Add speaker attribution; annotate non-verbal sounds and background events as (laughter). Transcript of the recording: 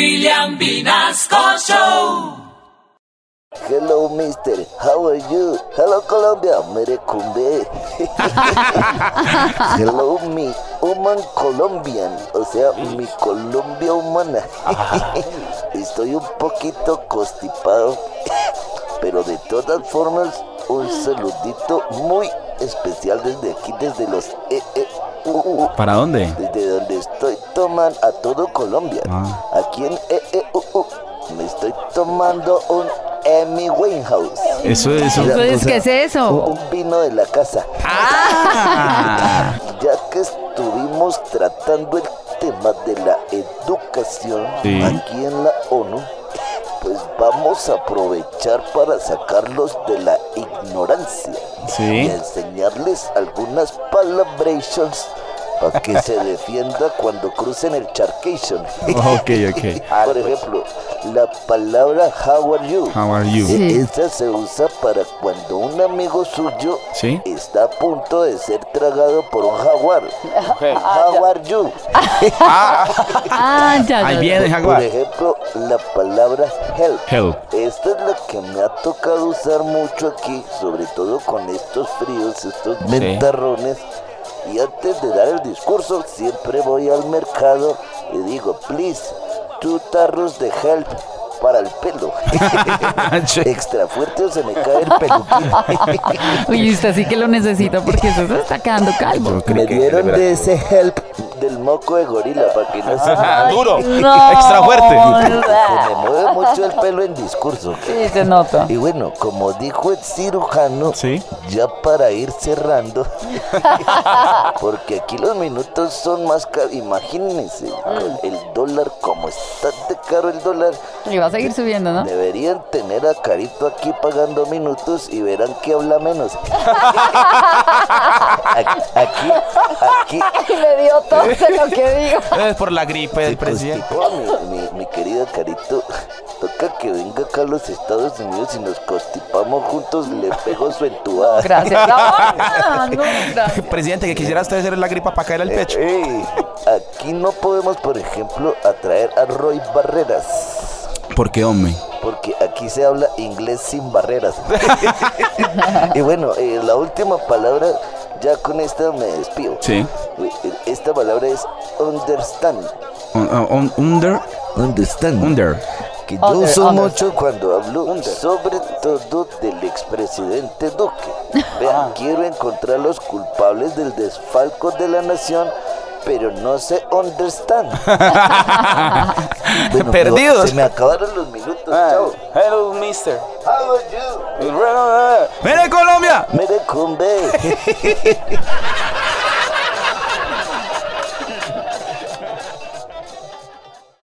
Speaker 1: William Vinasco Show.
Speaker 2: Hello, mister. How are you? Hello, Colombia. Merecumbe. Hello, mi human Colombian. O sea, mi Colombia humana. Estoy un poquito constipado. Pero de todas formas, un saludito muy especial desde aquí, desde los... E -E -U -U.
Speaker 3: ¿Para dónde?
Speaker 2: Desde donde estoy toman a todo Colombia.
Speaker 3: Ah.
Speaker 2: Aquí en E EEUU me estoy tomando un Emmy Winehouse.
Speaker 3: Eso es. eso.
Speaker 2: O
Speaker 4: Entonces,
Speaker 2: sea,
Speaker 4: ¿qué es eso?
Speaker 2: Un vino de la casa.
Speaker 3: oh. Ah.
Speaker 2: (laughs) Ya que estuvimos tratando el tema de la educación
Speaker 3: Sí.
Speaker 2: aquí en la ONU, pues vamos a aprovechar para sacarlos de la ignorancia y
Speaker 3: Sí.
Speaker 2: enseñarles algunas palabrations para que
Speaker 3: (laughs)
Speaker 2: se defienda cuando crucen el charcation.
Speaker 3: Ok, ok.
Speaker 2: Por ejemplo, la palabra how are you.
Speaker 3: How are you?
Speaker 4: Sí.
Speaker 2: Esta se usa para cuando un amigo suyo
Speaker 3: Sí.
Speaker 2: está a punto de ser tragado por un jaguar.
Speaker 3: Ah,
Speaker 2: How are you?
Speaker 4: Ah, ya, ya,
Speaker 3: Ahí
Speaker 4: ya.
Speaker 3: viene
Speaker 2: Por
Speaker 3: Jaguar.
Speaker 2: ejemplo, la palabra help.
Speaker 3: Help.
Speaker 2: Esta es la que me ha tocado usar mucho aquí, sobre todo con estos fríos, estos ventarrones. Y antes de dar el discurso, siempre voy al mercado y digo, please, two tarros de help para el pelo. Extra fuerte o se me cae el peluquín.
Speaker 4: Uy, usted sí que lo necesita porque eso se está quedando calvo.
Speaker 2: me dieron de ese help del moco de gorila para que no se
Speaker 3: Ah,
Speaker 2: (laughs)
Speaker 3: Duro. (laughs)
Speaker 4: (laughs)
Speaker 3: Extra fuerte.
Speaker 2: se me mueve mucho el pelo en discurso.
Speaker 4: Sí, se nota.
Speaker 2: Y bueno, como dijo el cirujano,
Speaker 3: Sí.
Speaker 2: ya para ir cerrando, (laughs) porque aquí los minutos son más caros, imagínense, con el dólar, como está de caro el dólar,
Speaker 4: Y va a seguir subiendo, ¿no?
Speaker 2: deberían tener a Carito aquí pagando minutos y verán que habla menos. aquí, aquí,
Speaker 4: Y me dio todo (laughs) lo que digo.
Speaker 3: Es por la gripe
Speaker 2: pues,
Speaker 3: del
Speaker 2: Constipó a mi, mi, mi querido Carito. Toca que venga acá a los Estados Unidos y nos constipamos juntos. Le pego su entubada.
Speaker 4: Gracias. No, no, gracias.
Speaker 3: (laughs) Presidente, que quisiera usted hacer la gripa para caer al pecho.
Speaker 2: Ey, aquí no podemos, por ejemplo, atraer a Roy Barreras.
Speaker 3: ¿Por qué, hombre?
Speaker 2: Porque aquí se habla inglés sin
Speaker 3: (laughs)
Speaker 2: barreras. y bueno, eh, la última palabra, ya con esta me despido.
Speaker 3: Sí.
Speaker 2: Eh, eh, Esta palabra es understand.
Speaker 3: Un- un- under.
Speaker 2: Understand.
Speaker 3: Under.
Speaker 2: que yo
Speaker 4: Under,
Speaker 2: uso
Speaker 4: under.
Speaker 2: mucho cuando hablo, sobre todo del expresidente Duque. Vean, quiero encontrar los culpables del desfalco de la nación, pero no sé dónde están. Bueno, pero
Speaker 3: Perdidos. Ah.
Speaker 2: Se me acabaron los minutos, chao.
Speaker 5: Hello, mister.
Speaker 2: How are you?
Speaker 3: ¡Ven Colombia!
Speaker 2: Mire, con B.